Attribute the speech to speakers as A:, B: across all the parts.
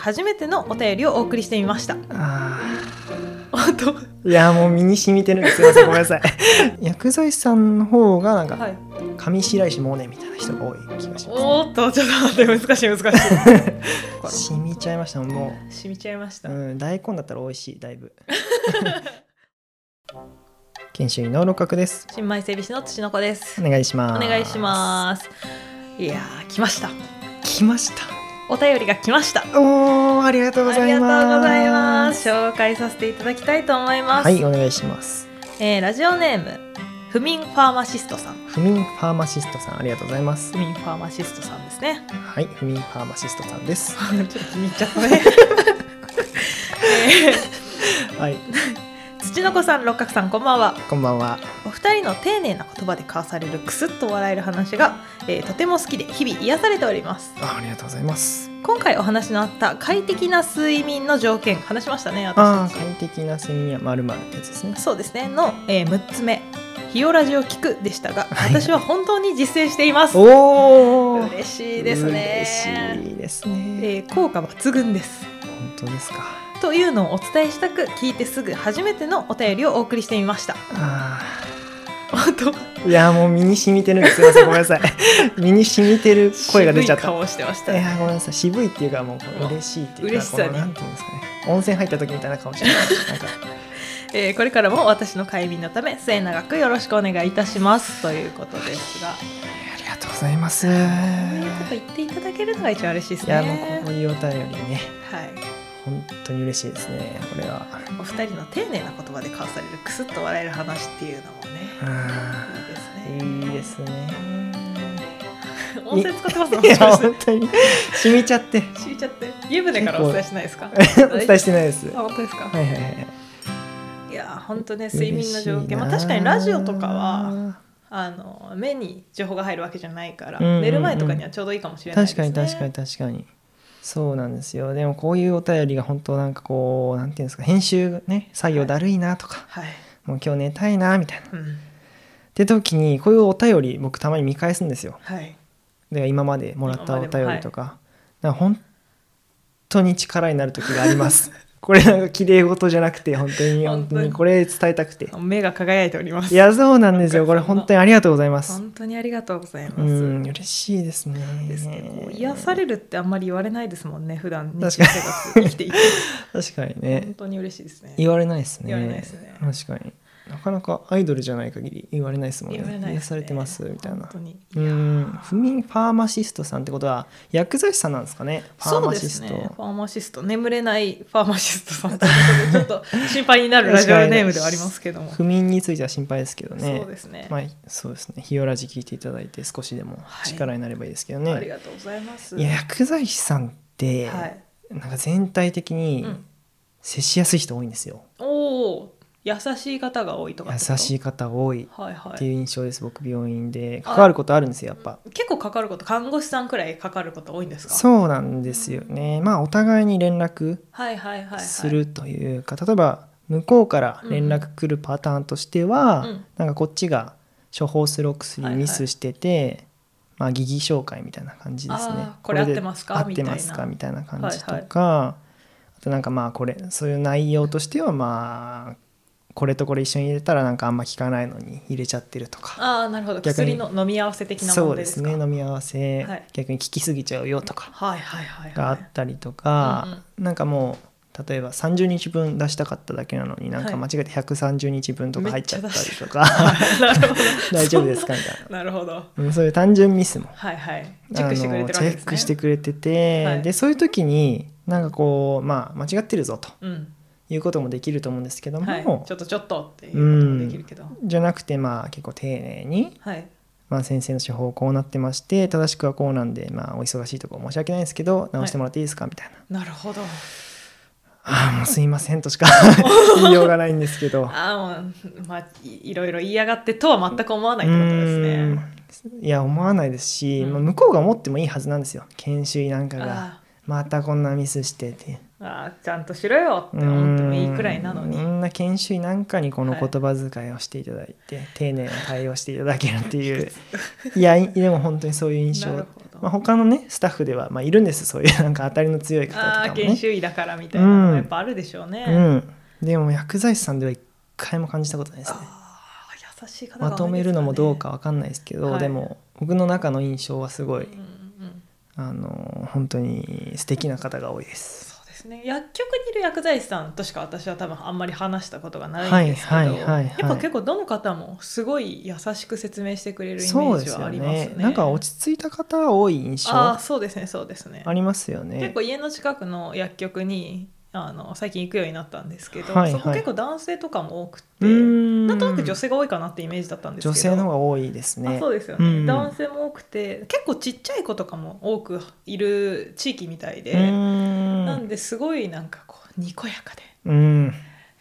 A: 初めてのお便りをお送りしてみました
B: あ
A: あと
B: ーいやもう身に染みてるんですすいませんごめんな さい薬剤師さんの方がなんか、
A: はい
B: 上白石萌音みたいな人が多い気がしま
A: おーっとちょっと待って難しい難し
B: す染みちゃいましたも
A: い染みちゃいました
B: う、うん、大根だったら美味しいだ いぶ研修医の六角です
A: 新米整備士の土の子です
B: お願いし
A: お
B: ます
A: 願いしますいやー来ました
B: す来ました
A: お便りが来ました
B: おーありがとうご
A: あ
B: ざ
A: り
B: い
A: がと
B: ます
A: うございます紹介させていただきたいと思います、
B: はいお願いします
A: えーラジオネーム不眠ファーマシストさん
B: 不眠ファーマシストさんありがとうございます
A: 不眠ファーマシストさんですね
B: はい不眠ファーマシストさんです
A: ちょっと気に入っちゃったね、えー
B: はい
A: 土の子さん六角さんこんばんは
B: こんばんは
A: お二人の丁寧な言葉で交わされるクスッと笑える話が、えーとても好きで日々癒されております
B: あありがとうございます
A: 今回お話のあった快適な睡眠の条件話しましたね
B: あ
A: 私
B: ー
A: た
B: 快適な睡眠はまるまるってやつですね
A: ちそうですねの、え6つ目「ひよラジオ聞く」でしたが
B: はい
A: 私は本当に実践しています
B: おー
A: 嬉しいですね
B: 嬉しいですね、
A: えー効果抜群です
B: 本当ですか
A: というのをお伝えしたく聞いてすぐ初めてのお便りをお送りしてみました
B: あ
A: あと
B: ーいやもう身に染みてるんですすいませんごめんな さい身に染みてる 声が出ちゃった
A: 渋い顔してました
B: い
A: ね
B: やごめんなさい渋いっていうかもうこれ嬉しいっていうか
A: 嬉しさに
B: このなんていうんですかね温泉入った時みたいな顔してますなんか
A: えーこれからも私の快眠のため末永くよろしくお願いいたしますということですが、
B: ありがとうございます
A: こういうこと言っていただけるのが一番嬉しいです
B: い
A: ね。
B: やもうこういうお便りね
A: はい、
B: 本当に嬉しいですねこれは
A: お二人の丁寧な言葉で交わされるクスッと笑える話っていうのもね、いいですね。
B: うんいいですね
A: 温泉使ってますも
B: い
A: し
B: や
A: かして
B: 本当に染みちゃって
A: 敷いちゃって湯船からお伝えしないですか？
B: お伝えしてないです
A: あ
B: は
A: 本当ですか？
B: いはいはい
A: い、や本当ね睡眠の条
B: 嬉しい
A: 件、
B: な
A: まあ確かにラジオとかはあの目に情報が入るわけじゃないから、
B: うんうんうん
A: 寝る前とかにはちょうどいいかもしれないで
B: 確
A: すね。
B: かに確かに確かにそうなんですよでもこういうお便りが本当なんかこうなんていうんですか編集ね作業だるいなとか、
A: はい。
B: もう今日寝たいなみたいなっ
A: うん
B: て時にこういうお便り僕たまに見返すんですよ
A: はい。
B: で今までもらったお
A: 今
B: 便
A: まで
B: りとか,、だから本当に力になる時がありますこれなんか綺麗事じゃなくて本当に
A: 本
B: 本
A: 当に
B: 当にこれ伝えたくて
A: 目が輝いております
B: い。やそうなんですよこれ本当にありがとうございます
A: 本当にありがとうございます。
B: うん嬉しいですね
A: ですね。こう癒されるってあんまり言われないですもんね。普段日
B: 確
A: 常
B: かに
A: 生活生きていて、
B: 確かに
A: 本
B: ね
A: 当に嬉しいですね。
B: 言われないですね
A: 言われないですね
B: 確かになかなかアイドルじゃない限り言われないですもんね
A: 言われないで
B: 癒
A: すね
B: されてますみたい
A: 本
B: な
A: 当に。いうや
B: ん不眠ファーマシストさんってことは薬剤師さんなんですかねファー
A: そう
B: マ
A: で
B: シ
A: す
B: スト、
A: ね。ファーマシスト眠れないファーマシストさんということでちょっと心配になるラジオネームではありますけど も。
B: 不眠については心配ですけどね
A: そうですね。
B: まあ、そうですね。ひよらじ聞いていただいて少しでも
A: はい
B: 力になればいいですけどね。
A: ありがとうございます。
B: いや薬剤師さんって、
A: はい。
B: なんか全体的に
A: うん
B: 接しやすい人多いんですよ。
A: おお、優しい方が多いとか。
B: 優し
A: い。
B: い方多い
A: はいは
B: っていう
A: い。
B: 印象です。僕病院で
A: あ
B: 関わることあるんですよ。やっぱ。
A: 結構かかること、看護師さんくらいかかること多いんですか。
B: そうなんですよね。まあお互いに連絡
A: はいはいはいはい。
B: するというか、例えば向こうから連絡来るパターンとして
A: う
B: は、
A: ん
B: なんかこっちが処方するお薬ミスしてて、まあ疑義紹介みたいな感じですね
A: あー。これ合
B: で
A: ってますか
B: 合ってますか
A: み
B: みたいな感じとか、あとなんかまあこれそういう内容としてはまあこれとこれ一緒に入れたらなんかあんま効かないのに入れちゃってるとか。
A: ああなるほど
B: 逆に
A: 薬の飲み合わせ的な
B: そ
A: 問
B: う
A: 題
B: で
A: です
B: す
A: か
B: ね飲み合わせ、
A: はい
B: 逆に効きすぎちゃうよとか
A: はいはいはい
B: があ
A: は
B: っ
A: い
B: たりとか、なんかもう例えば30日分出したかっただけなのになん
A: はい
B: か間違えて130日分とか入っちゃったりとか、
A: なるほど
B: 大丈夫ですかみたい
A: なるほど
B: なうんそういう単純ミスも
A: はいはいチェックしてくれてるわけで
B: あの
A: すね
B: チェックしてくれてて、
A: はい
B: でそういう時になんかこうまあ間違ってるぞと
A: うん
B: いうこともできると思うんですけども、
A: はいちょっとちょっとっていうこともできるけど
B: じゃなくてまあ結構丁寧に、
A: はい
B: まあ、先生の手法こうなってまして正しくはこうなんで、まあ、お忙しいところ申し訳ないですけど直してもらっていいですかみたいな。
A: なるほど
B: ああもうすいませんとしか 言いようがないんですけど
A: ああもうまあいいろいろ言いやがってとは全く思わないってことですね
B: うんいや思わないですし、
A: うん
B: まあ、向こうが思ってもいいはずなんですよ研修医なんかが
A: あ
B: またこんなミスしてって
A: あーちゃんとしろよって思ってもいいくらいなのに
B: うんこんな研修医なんかにこの言葉遣いをしていただいて、丁寧な対応していただけるっていう いやいでも本当にそういう印象
A: なるほど
B: まあ、他のねスタッフでは、まあ、いるんですそういうなんか当たりの強い方と
A: あ
B: か
A: あ
B: も
A: 研
B: ね、
A: 修医だからみたいなの
B: うん
A: もやっぱあるでしょうね、
B: うん、でも薬剤師さんでは一回も感じたことないですね
A: あー優しい方が多いですかね
B: まとめるのもどうかわかんないですけど
A: はい
B: でも僕の中の印象はすごい
A: うんうん
B: あの本当に素敵な方が多いです。
A: そうですね薬局にいる薬剤師さんとしか私は多分あんまり話したことがな
B: はい
A: ん
B: い
A: ですけど、
B: はいはいはい
A: やっぱ結構どの方もすごい優しく説明してくれるイメ
B: そ
A: ー
B: うで
A: ジ
B: す
A: は
B: よ
A: ありますね
B: ね。なんか落ち着いた方多い印象
A: ああ
B: あ
A: そうですねそうですね
B: りますよね。
A: 結構家の近くの薬局にあの最近行くようになったんですけど、
B: はい
A: そ
B: はい
A: こ結構男性とかも多くて
B: うーん
A: なんとなく女性が多いかなってイメージだったんですけど
B: 女性の方が多いですね。
A: あそうですよね、
B: うん
A: 男性も多くて結構ちっちゃい子とかも多くいる地域みたいで、
B: うーん
A: なんですごいなんかこうにこやか
B: うん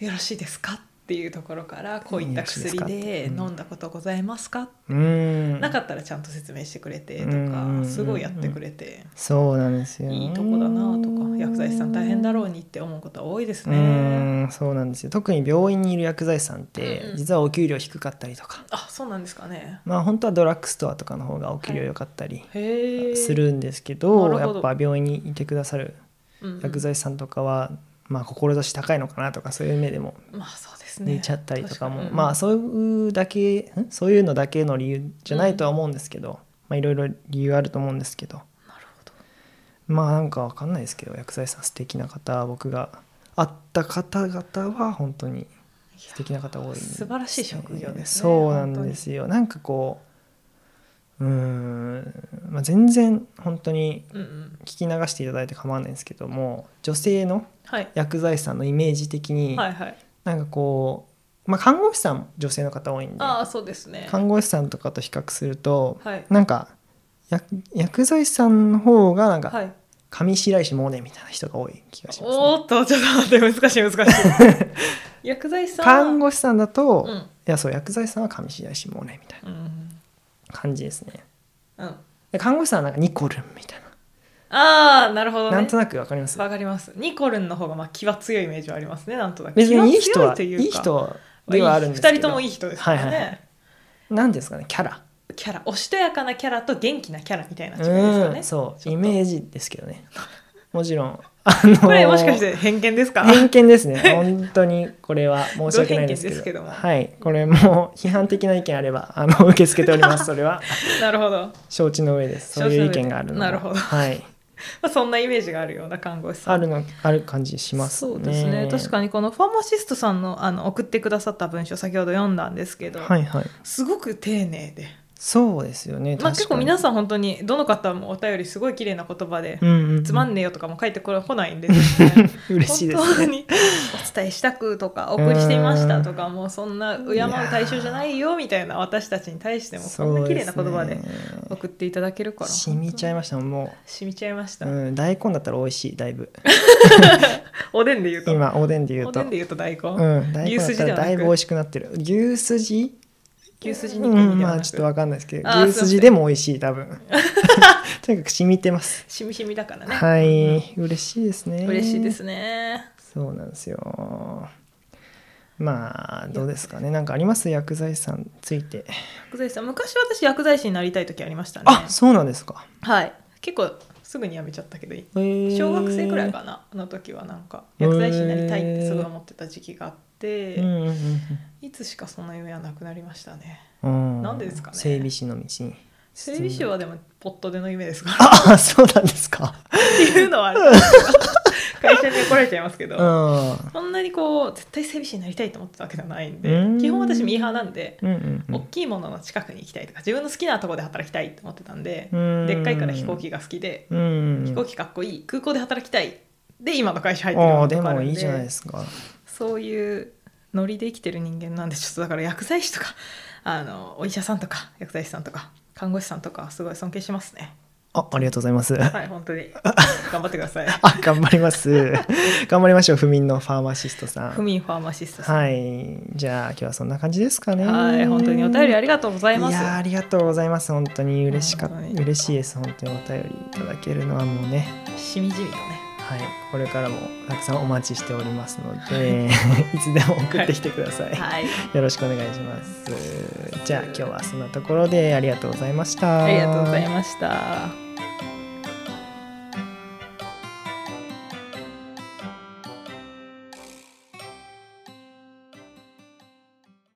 A: で「よろしいですか?」っていうところからこういった薬
B: よろしい
A: で
B: ですか
A: 飲んだことございますか、
B: うん
A: なかったらちゃんと説明してくれてと
B: うん
A: かすごいやってくれて
B: そうなんですよね。
A: いいとこだなとか薬剤師さん大変だろうにって思うことは多いです
B: う
A: ね。
B: んそうなんですよ特に病院にいる薬剤師さんって
A: うんうん
B: 実はお給料低かったりとか、
A: あそうなんですかね。
B: まあ本当はドラッグストアとかの方がお給料良かったり
A: へえ。
B: するんですけど,、
A: なる
B: や
A: ほど
B: っぱ病院にいてくださる
A: うんうん
B: 薬剤師さんとかは、まあ志高いのかなとかそういう目でも
A: まあそうですね。
B: 抜いちゃったりとかも
A: 確に
B: まあそういうだけんそういうのだけの理由じゃないとは思うんですけど、まあいろいろ理由あると思うんですけど
A: なるほど。
B: まあなんかわかんないですけど薬剤師さん素敵な方僕が会った方々は本当に素敵な方多いんですね
A: 素晴らしい職業ですね
B: そうなんですよなんかこううーん、まあ、全然本当に
A: うんうん。
B: 聞き流していただいて構わないんですけども女性の
A: はい。
B: 薬剤師さんのイメージ的に、
A: はいはい。
B: なんかこう、まあ、看護師さんも女性の方多いんで
A: ああそうですね。
B: 看護師さんとかと比較すると、
A: はい
B: なんか薬薬剤師さんの方がなんか、
A: はい。
B: 上白石萌音みたいな人が多い気がします、ね、
A: おーっとちょっと待って難しい難しい。 薬剤師さんは。
B: 看護師さんだと、
A: うん
B: いやそう薬剤師さんは上白石萌音みたい
A: うんうん
B: な感じですね
A: うん。あ
B: で看護師さんはなんかニコルンみたい
A: あーなるほど
B: な、
A: ね。
B: なんとなくわかります
A: わかります。ニコルンの方がまあ気は強いイメージはありますね。なんとなく。
B: 別にいい
A: 気
B: 人
A: は
B: は
A: 強とう
B: い
A: か
B: い人ではあるんですけど
A: 二人ともいい人ですからね。
B: はいはいなんですかねキャラ
A: キャラ、おしとやかなキャラと元気なキャラみたいな違いですか
B: う
A: ね。
B: ん、そう
A: ちょっと
B: イメージですけど ねもちろんあの
A: これもしかして偏見 ですか？
B: 偏見ですね本当にこれは申し訳ないんですけ
A: ご偏見
B: ど
A: ですけども
B: はいこれも批判的な意見あればあ の受け付けておりますそれは
A: なるほど。ま
B: 承知の上ですそういう意見があるのは
A: なるほど
B: はい
A: あそんなイメージがあるような看護師さん。
B: あるのある感じしますね
A: そうですね確かにこのファーマシストさんのあの送ってくださった文章先ほど読んだんですけど、
B: はいはい
A: すごく丁寧で、
B: そうですよね
A: まあ、結構皆
B: さ
A: さん本当にどの方もお便りすごい綺麗な言葉で、
B: ん、うんうん、
A: つまんねえよとかも書いてこれ来ないんですよね
B: 嬉しいですね
A: 本当にお伝えしたくとかお送りしていましたとかもうそんな敬う対象じゃないよみたいな私たちに対してもそんな綺麗な言葉で
B: そうすね
A: 送っていただけるから
B: 染みちゃいましたも
A: 染みちゃいました、
B: う、うん、大根だったら美味しいだい ぶ
A: おでんで言うと
B: 今おでんで言
A: お
B: う
A: で
B: と
A: んで言うと大根、
B: うん大
A: 牛
B: 根だっ
A: 筋
B: た
A: で
B: ら
A: は
B: だい
A: な
B: ぶ
A: く
B: 美味しくなってる牛すじ
A: 牛筋
B: う
A: 肉みたいな、
B: んまあちょっとわかんないですけど
A: あー
B: 牛すじでも美味しい 多分とにかく染みてます
A: しみしみだからね、
B: はい嬉しいですね
A: 嬉しいですね
B: そうなんですよまあどうですかねなんかあります薬剤師さんについて
A: 薬剤師さん昔私薬剤師になりたい時ありましたね
B: あそうなんですか
A: はい結構すぐに辞めちゃったけど小
B: 小
A: 学生くらいかなの時はなんか薬剤師になりたいってすごい思ってた時期があって、
B: うんうん
A: いつしかその夢はなくなりましたね
B: うんう
A: なんでですかね
B: 整備士の道に
A: 整備士はでもポットでの夢ですから
B: ああそうなんですか
A: っていうのはある 会社に怒られちゃいますけど、
B: うん
A: そんなにこう絶対整備士になりたいと思ってたわけじゃないんで
B: うん
A: 基本私ミーハーなんで、
B: うんうんうん
A: 大きいものの近くに行きたいとか自分の好きなとこで働きたいと思ってたんで、
B: うん
A: でっかいから飛行機が好きで、
B: うんうん
A: 飛行機かっこいい空港で働きたいで今の会社入ってる
B: ああ
A: の
B: で
A: とかあ
B: も
A: るん
B: い
A: で
B: いじゃないですか
A: そういうノリで生きてる人間なんでちょっとだから 薬剤師とかあのお医者さんとか薬剤師さんとか看護師さんとかすごい尊敬しますね。
B: あありがとうございます。
A: はい本当に頑張ってくださ い
B: あ頑張ります。 頑張りましょう、不眠のファーマシストさ
A: ふ
B: ん。
A: みんファーマシストさん
B: はい、じゃあ今日はそんな感じですかね。
A: はい本当にお便りあ
B: りがと
A: りがと
B: う
A: うございます
B: いやーありがとうございます。本当に嬉しかっ
A: 本当に
B: 嬉しいです。本当にお便りいただけるのはもうね、
A: しみじみとね
B: はい、これからもたくさんお待ちしておりますので、 いつでも送ってきてください。
A: はい
B: よろしくお願いします。じゃあ今日はそんなところでありがとうございました。
A: ありがとうございました。